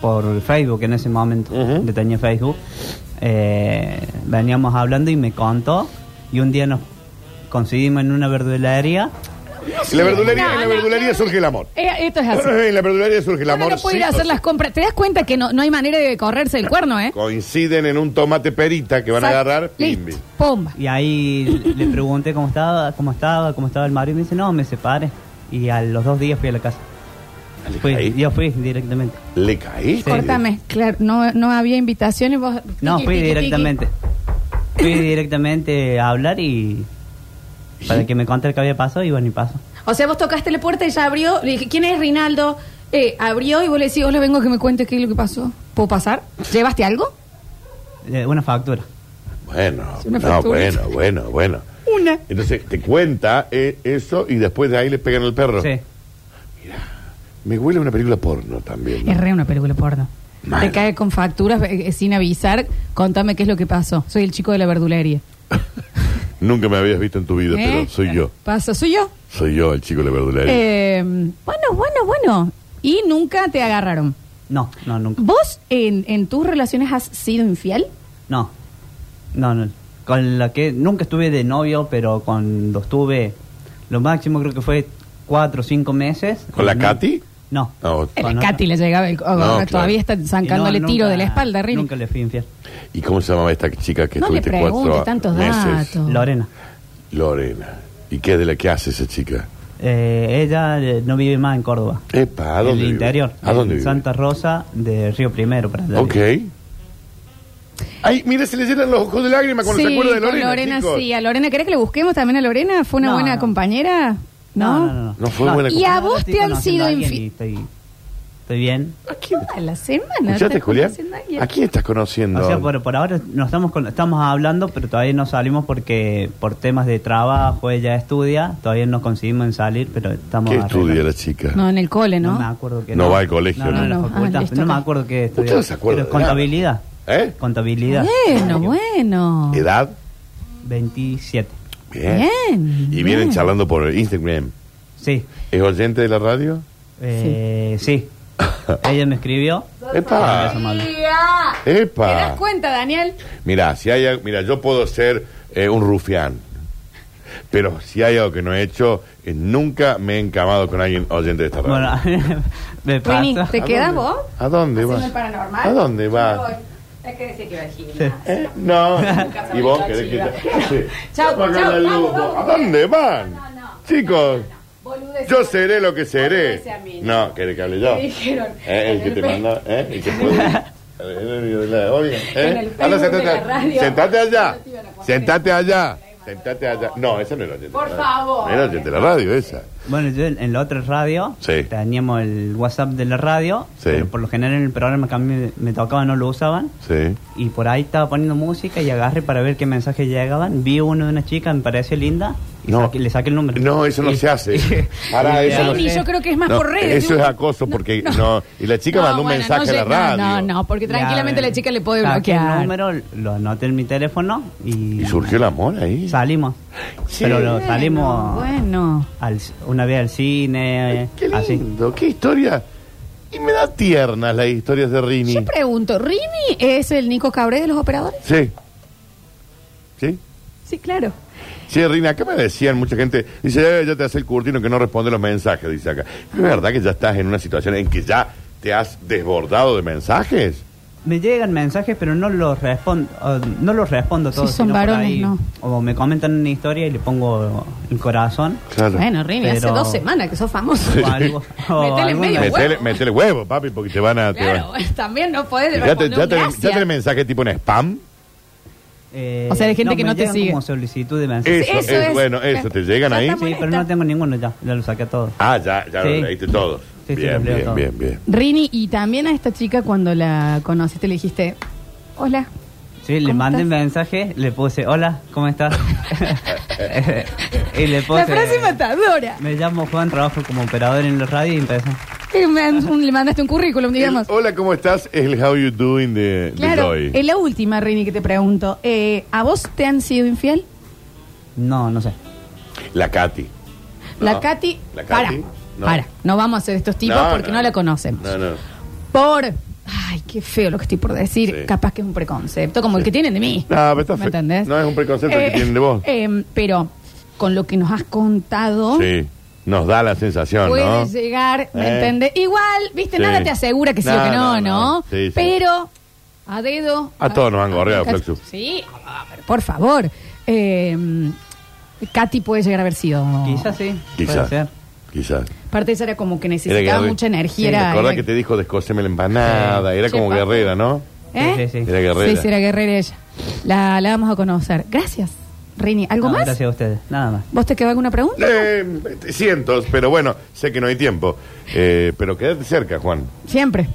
Speaker 17: por Facebook en ese momento. Yo tenía Facebook. Eh, veníamos hablando y me contó. Y un día nos conseguimos en una verdulería.
Speaker 2: En la verdulería, en la verdulería surge el amor.
Speaker 1: Eh, esto es así.
Speaker 2: En la verdulería surge el
Speaker 1: Uno
Speaker 2: amor.
Speaker 1: no puede
Speaker 2: sí
Speaker 1: ir a
Speaker 2: o
Speaker 1: hacer
Speaker 2: sí.
Speaker 1: las compras. ¿Te das cuenta que no, no hay manera de correrse el cuerno, eh?
Speaker 2: Coinciden en un tomate perita que van a
Speaker 1: Sa-
Speaker 2: agarrar.
Speaker 1: Listo.
Speaker 2: pimbi.
Speaker 1: Pomba.
Speaker 17: Y ahí le pregunté cómo estaba, cómo estaba, cómo estaba el marido. Y me dice, no, me separé. Y a los dos días fui a la casa. Fui- yo fui directamente.
Speaker 2: ¿Le caí?
Speaker 1: Cortame, claro, no, no había invitaciones, vos...
Speaker 17: No,
Speaker 1: tiqui,
Speaker 17: fui
Speaker 1: tiqui, tiqui.
Speaker 17: directamente. Fui directamente a hablar y. Para que me conte que había pasado y bueno, y paso.
Speaker 1: O sea, vos tocaste la puerta, ella abrió, le dije, ¿quién es Rinaldo? Eh, abrió y vos le decís, hola, vengo a que me cuentes qué es lo que pasó. ¿Puedo pasar? ¿Llevaste algo?
Speaker 17: Eh, Una factura.
Speaker 2: Bueno,
Speaker 17: una
Speaker 2: no,
Speaker 17: factura.
Speaker 2: bueno, bueno, bueno.
Speaker 1: Una.
Speaker 2: Entonces te cuenta eh, eso y después de ahí le pegan el perro.
Speaker 17: Sí.
Speaker 2: Mira, me huele a una película porno también. ¿no?
Speaker 1: Es re una película porno. Te cae con facturas eh, eh, sin avisar, contame qué es lo que pasó. Soy el chico de la verdulería.
Speaker 2: Nunca me habías visto en tu vida,
Speaker 1: ¿Eh?
Speaker 2: pero soy yo.
Speaker 1: ¿Pasa? ¿Soy yo?
Speaker 2: Soy yo el chico de la verdulería.
Speaker 1: Eh, bueno, bueno, bueno. Y nunca te agarraron.
Speaker 17: No, no, nunca.
Speaker 1: ¿Vos en, en tus relaciones has sido infiel?
Speaker 17: No. No, no. con la que nunca estuve de novio, pero cuando estuve, lo máximo creo que fue cuatro o cinco meses.
Speaker 2: ¿Con la
Speaker 17: No,
Speaker 2: Katy?
Speaker 17: No.
Speaker 2: No,
Speaker 1: Era
Speaker 17: Con
Speaker 1: Katy le llegaba el... oh,
Speaker 2: No,
Speaker 1: ahora
Speaker 2: claro.
Speaker 1: Todavía está zancándole
Speaker 17: Y no,
Speaker 1: tiro
Speaker 17: nunca-
Speaker 1: de la espalda, Rini.
Speaker 17: Nunca le fui infiel.
Speaker 2: ¿Y cómo se llamaba esta chica que
Speaker 1: No le
Speaker 2: estuviste
Speaker 1: pregunte
Speaker 2: cuatro
Speaker 1: tantos
Speaker 2: meses?
Speaker 1: datos.
Speaker 17: Lorena.
Speaker 2: Lorena. ¿Y qué es de la que hace esa chica?
Speaker 17: Eh, ella eh, no vive más en Córdoba.
Speaker 2: Epa, ¿a
Speaker 17: en
Speaker 2: dónde
Speaker 17: el
Speaker 2: vive?
Speaker 17: interior.
Speaker 2: ¿A dónde
Speaker 17: en
Speaker 2: vive?
Speaker 17: Santa Rosa de Río Primero. Para allá.
Speaker 2: Ok. Ay, mire, se le llenan los ojos de lágrimas cuando se
Speaker 1: Sí,
Speaker 2: acuerda de
Speaker 1: con
Speaker 2: Lorena. chicos.
Speaker 1: sí. A Lorena, ¿querés que le busquemos también a Lorena? ¿Fue una
Speaker 17: No,
Speaker 1: buena
Speaker 17: no.
Speaker 1: compañera? No.
Speaker 2: No fue buena
Speaker 1: ¿Y a vos
Speaker 17: Estoy
Speaker 1: te han
Speaker 17: conociendo
Speaker 1: sido
Speaker 17: a alguien
Speaker 1: infiel?
Speaker 17: y Estoy, estoy bien.
Speaker 1: A la semana.
Speaker 2: ¿Escuchaste,
Speaker 1: estás
Speaker 2: Julián?
Speaker 1: conociendo a alguien.
Speaker 2: ¿A quién estás conociendo?
Speaker 17: O sea, por, por ahora no estamos con- estamos hablando, pero todavía no salimos porque por temas de trabajo ella estudia, todavía no conseguimos en salir, pero estamos
Speaker 2: ¿Qué
Speaker 17: arreglando.
Speaker 2: estudia la chica?
Speaker 1: No, en el cole, ¿Eh, ¿no?
Speaker 17: No me acuerdo que
Speaker 2: No va al colegio,
Speaker 17: No,
Speaker 2: ¿no?
Speaker 17: no, en la
Speaker 1: No, no.
Speaker 17: facultad.
Speaker 1: Ah, listo,
Speaker 17: no me
Speaker 1: acá.
Speaker 17: acuerdo que estudió.
Speaker 2: Usted no se acuerda
Speaker 17: Pero
Speaker 2: de
Speaker 17: contabilidad.
Speaker 2: ¿Eh?
Speaker 17: Contabilidad.
Speaker 1: Bueno, bueno.
Speaker 2: ¿Edad?
Speaker 17: 27.
Speaker 2: Bien.
Speaker 1: Bien,
Speaker 2: ¿Y vienen
Speaker 1: bien.
Speaker 2: charlando por Instagram?
Speaker 17: Sí.
Speaker 2: ¿Es oyente de la radio?
Speaker 17: Eh, sí. ella me escribió.
Speaker 2: Epa.
Speaker 17: Eso, Malu.
Speaker 1: Mira, ¿Te das
Speaker 2: Epa.
Speaker 1: cuenta, Daniel?
Speaker 2: Mira, si hay, algo- mira, yo puedo ser eh, un rufián. Pero si hay algo que no he hecho, eh, nunca me he encamado con alguien oyente de esta radio.
Speaker 17: Bueno, me
Speaker 1: Rini,
Speaker 17: pasa.
Speaker 1: ¿te quedas vos?
Speaker 2: ¿A dónde
Speaker 1: Hacemos
Speaker 2: vas?
Speaker 1: el paranormal.
Speaker 2: ¿A dónde vas?
Speaker 1: Es que decía que iba a
Speaker 2: Eh, No. ¿Y vos querés que te...
Speaker 1: Chau,
Speaker 2: Apaga
Speaker 1: chau,
Speaker 2: la
Speaker 1: vamos,
Speaker 2: luz.
Speaker 1: vamos,
Speaker 2: ¿A dónde van? Chicos, yo seré lo que seré.
Speaker 1: Boludece a mí,
Speaker 2: No, ¿querés que hable yo?
Speaker 1: Me dijeron,
Speaker 2: Eh, El
Speaker 1: en
Speaker 2: que
Speaker 1: el
Speaker 2: te
Speaker 1: Face-
Speaker 2: manda, ¿eh? El que puede. Oye,
Speaker 1: En el
Speaker 2: ¿eh? Anda,
Speaker 1: Facebook de
Speaker 2: sentate,
Speaker 1: la radio.
Speaker 2: sentate allá. Sentate allá. Sentate allá. No, esa no era oyente. de la
Speaker 1: Por
Speaker 2: radio.
Speaker 1: favor.
Speaker 2: No era oyente de la radio, esa.
Speaker 17: Bueno, yo en, en la otra radio
Speaker 2: Sí.
Speaker 17: teníamos el WhatsApp de la radio,
Speaker 2: Sí.
Speaker 17: pero por lo general en el programa que a mí me tocaba no lo usaban.
Speaker 2: Sí.
Speaker 17: Y por ahí estaba poniendo música y agarré para ver qué mensajes llegaban. Vi uno de una chica, me pareció linda, y
Speaker 2: No.
Speaker 17: saqué- le saqué el número.
Speaker 2: No, eso no
Speaker 17: Y-
Speaker 2: se hace. Pará,
Speaker 17: y-
Speaker 2: eso no
Speaker 1: Sí,
Speaker 2: se-
Speaker 1: yo creo que es más
Speaker 2: No,
Speaker 1: por redes.
Speaker 2: Eso
Speaker 1: ¿no?
Speaker 2: es acoso porque no. Y la chica
Speaker 1: No,
Speaker 2: mandó un
Speaker 1: bueno,
Speaker 2: mensaje
Speaker 1: no
Speaker 2: a la
Speaker 1: llega-
Speaker 2: radio.
Speaker 1: No, no, porque tranquilamente
Speaker 17: Ya,
Speaker 1: la chica le puede
Speaker 17: Saqué
Speaker 1: bloquear.
Speaker 17: el número, lo anoté en mi teléfono y...
Speaker 2: Y surgió el amor ahí.
Speaker 17: Salimos.
Speaker 2: Sí.
Speaker 17: Pero lo- salimos
Speaker 1: Bueno.
Speaker 17: al- una vez al cine,
Speaker 2: Ay, qué
Speaker 17: eh, así.
Speaker 2: lindo, qué historia. Y me da tiernas las historias de Rini.
Speaker 1: Yo pregunto, ¿Rini es el Nico Cabré de los operadores?
Speaker 2: Sí. Sí.
Speaker 1: Sí, claro.
Speaker 2: Sí, Rini, acá me decían mucha gente, dice, eh, ya te hace el curtino que no responde los mensajes, dice acá. ¿Es verdad que ya estás en una situación en que ya te has desbordado de mensajes?
Speaker 17: Me llegan mensajes, pero no los respondo, ah, no los respondo todos.
Speaker 1: son
Speaker 17: sino por
Speaker 1: varones,
Speaker 17: ahí,
Speaker 1: no.
Speaker 17: O me comentan una historia y le pongo el corazón.
Speaker 2: Claro.
Speaker 1: Bueno, Rini, hace
Speaker 17: Pero-
Speaker 1: dos semanas que sos famoso.
Speaker 17: O algo. o
Speaker 1: Metele
Speaker 17: algún-
Speaker 1: medio huevo.
Speaker 2: Metele, metele huevo, papi, porque te van a... te
Speaker 1: Claro,
Speaker 2: van-
Speaker 1: también no podés
Speaker 2: Ya te,
Speaker 1: responder
Speaker 2: ya te-
Speaker 1: gracias.
Speaker 2: ya tenés mensaje tipo en spam.
Speaker 17: Eh,
Speaker 1: O sea, hay gente que
Speaker 17: me
Speaker 1: no te
Speaker 17: llegan
Speaker 1: sigue.
Speaker 17: como solicitud de mensajes.
Speaker 2: Eso,
Speaker 1: eso
Speaker 2: es,
Speaker 1: es.
Speaker 2: bueno, eso, ¿te llegan
Speaker 1: Ya
Speaker 2: ahí?
Speaker 1: estamos-
Speaker 17: Sí, pero no tengo ninguno ya. Ya lo saqué a todos.
Speaker 2: Ah, ya, ya
Speaker 17: Sí.
Speaker 2: lo leíste todos.
Speaker 17: Sí, sí,
Speaker 2: bien,
Speaker 17: los leo
Speaker 2: bien,
Speaker 17: todos.
Speaker 2: bien, bien.
Speaker 1: Rini, y también a esta chica cuando la conociste le dijiste, hola.
Speaker 17: Sí, le
Speaker 1: ¿Cómo
Speaker 17: mandé
Speaker 1: estás?
Speaker 17: mensaje, le puse, hola, ¿cómo estás? y le puse...
Speaker 1: La frase matadora.
Speaker 17: Me llamo Juan, trabajo como operador en la radio y empecé.
Speaker 1: Que me han- un- le mandaste un currículum, digamos.
Speaker 2: El hola, ¿cómo estás? Es el how you doing de, de
Speaker 1: Claro,
Speaker 2: Joy.
Speaker 1: es la última, Rini, que te pregunto. Eh, ¿A vos te han sido infiel?
Speaker 17: No, no sé.
Speaker 2: La Katy.
Speaker 1: La
Speaker 2: No.
Speaker 1: Katy,
Speaker 2: La Katy,
Speaker 1: para,
Speaker 2: no.
Speaker 1: para, no vamos a hacer estos tipos
Speaker 2: No,
Speaker 1: porque no,
Speaker 2: no.
Speaker 1: la conocemos.
Speaker 2: No, no.
Speaker 1: Por, ay, qué feo lo que estoy por decir,
Speaker 2: Sí.
Speaker 1: capaz que es un preconcepto, como el que tienen de mí.
Speaker 2: No, pero está
Speaker 1: ¿Me
Speaker 2: fe-
Speaker 1: entendés?
Speaker 2: No es un preconcepto
Speaker 1: Eh,
Speaker 2: que tienen de vos.
Speaker 1: eh, pero con lo que nos has contado,
Speaker 2: Sí. Nos da la sensación,
Speaker 1: Oh. puede
Speaker 2: Ah, ¿no?
Speaker 1: llegar, ¿me
Speaker 2: Eh.
Speaker 1: entiendes? Igual, viste,
Speaker 2: Sí.
Speaker 1: nada te asegura que sí o
Speaker 2: No,
Speaker 1: que no, ¿no?
Speaker 2: no, no. Sí, sí.
Speaker 1: Pero, a dedo.
Speaker 2: A todos nos han gorreado,
Speaker 1: Kat-
Speaker 2: Flexu.
Speaker 1: Sí, a ver, por favor. Eh, Katy puede llegar a haber sido.
Speaker 17: Quizás sí, puede
Speaker 2: Quizás.
Speaker 17: ser.
Speaker 2: Quizás.
Speaker 1: Aparte, ella era como que
Speaker 2: Era
Speaker 1: necesitaba
Speaker 2: guerre-
Speaker 1: mucha energía.
Speaker 2: Sí,
Speaker 1: era-
Speaker 2: ¿Te acordás
Speaker 1: era-
Speaker 2: que te dijo descóseme la empanada? Era
Speaker 1: Sí,
Speaker 2: como
Speaker 1: papá.
Speaker 2: guerrera, ¿no?
Speaker 1: ¿Eh?
Speaker 17: Sí, sí, sí.
Speaker 2: Era guerrera.
Speaker 1: Sí, sí, era guerrera ella. La, la vamos a conocer. Gracias, Rini. ¿Algo
Speaker 17: No,
Speaker 1: más?
Speaker 17: Gracias a ustedes, nada más.
Speaker 1: ¿Vos te quedó alguna pregunta?
Speaker 2: Eh, cientos, pero bueno, sé que no hay tiempo. Eh, pero quédate cerca, Juan.
Speaker 1: Siempre.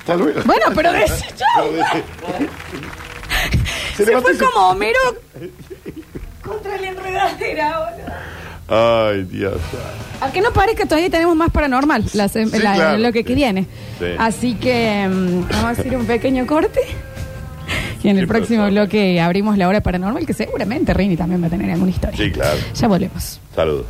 Speaker 2: Hasta luego.
Speaker 1: Bueno, pero decí, chau.
Speaker 2: Se
Speaker 1: Se
Speaker 2: levantó
Speaker 1: fue
Speaker 2: y se-
Speaker 1: como Homero contra la enredadera. boludo.
Speaker 2: Ay, Dios.
Speaker 1: Aunque no parezca, todavía tenemos más paranormal las- la-
Speaker 2: claro,
Speaker 1: lo que,
Speaker 2: sí.
Speaker 1: que viene.
Speaker 2: Sí.
Speaker 1: Así que mm, vamos a hacer un pequeño corte. Y en el
Speaker 2: Sí,
Speaker 1: próximo
Speaker 2: profesor.
Speaker 1: bloque abrimos la hora paranormal, que seguramente Rini también va a tener alguna historia.
Speaker 2: Sí, claro.
Speaker 1: Ya volvemos.
Speaker 2: Saludos.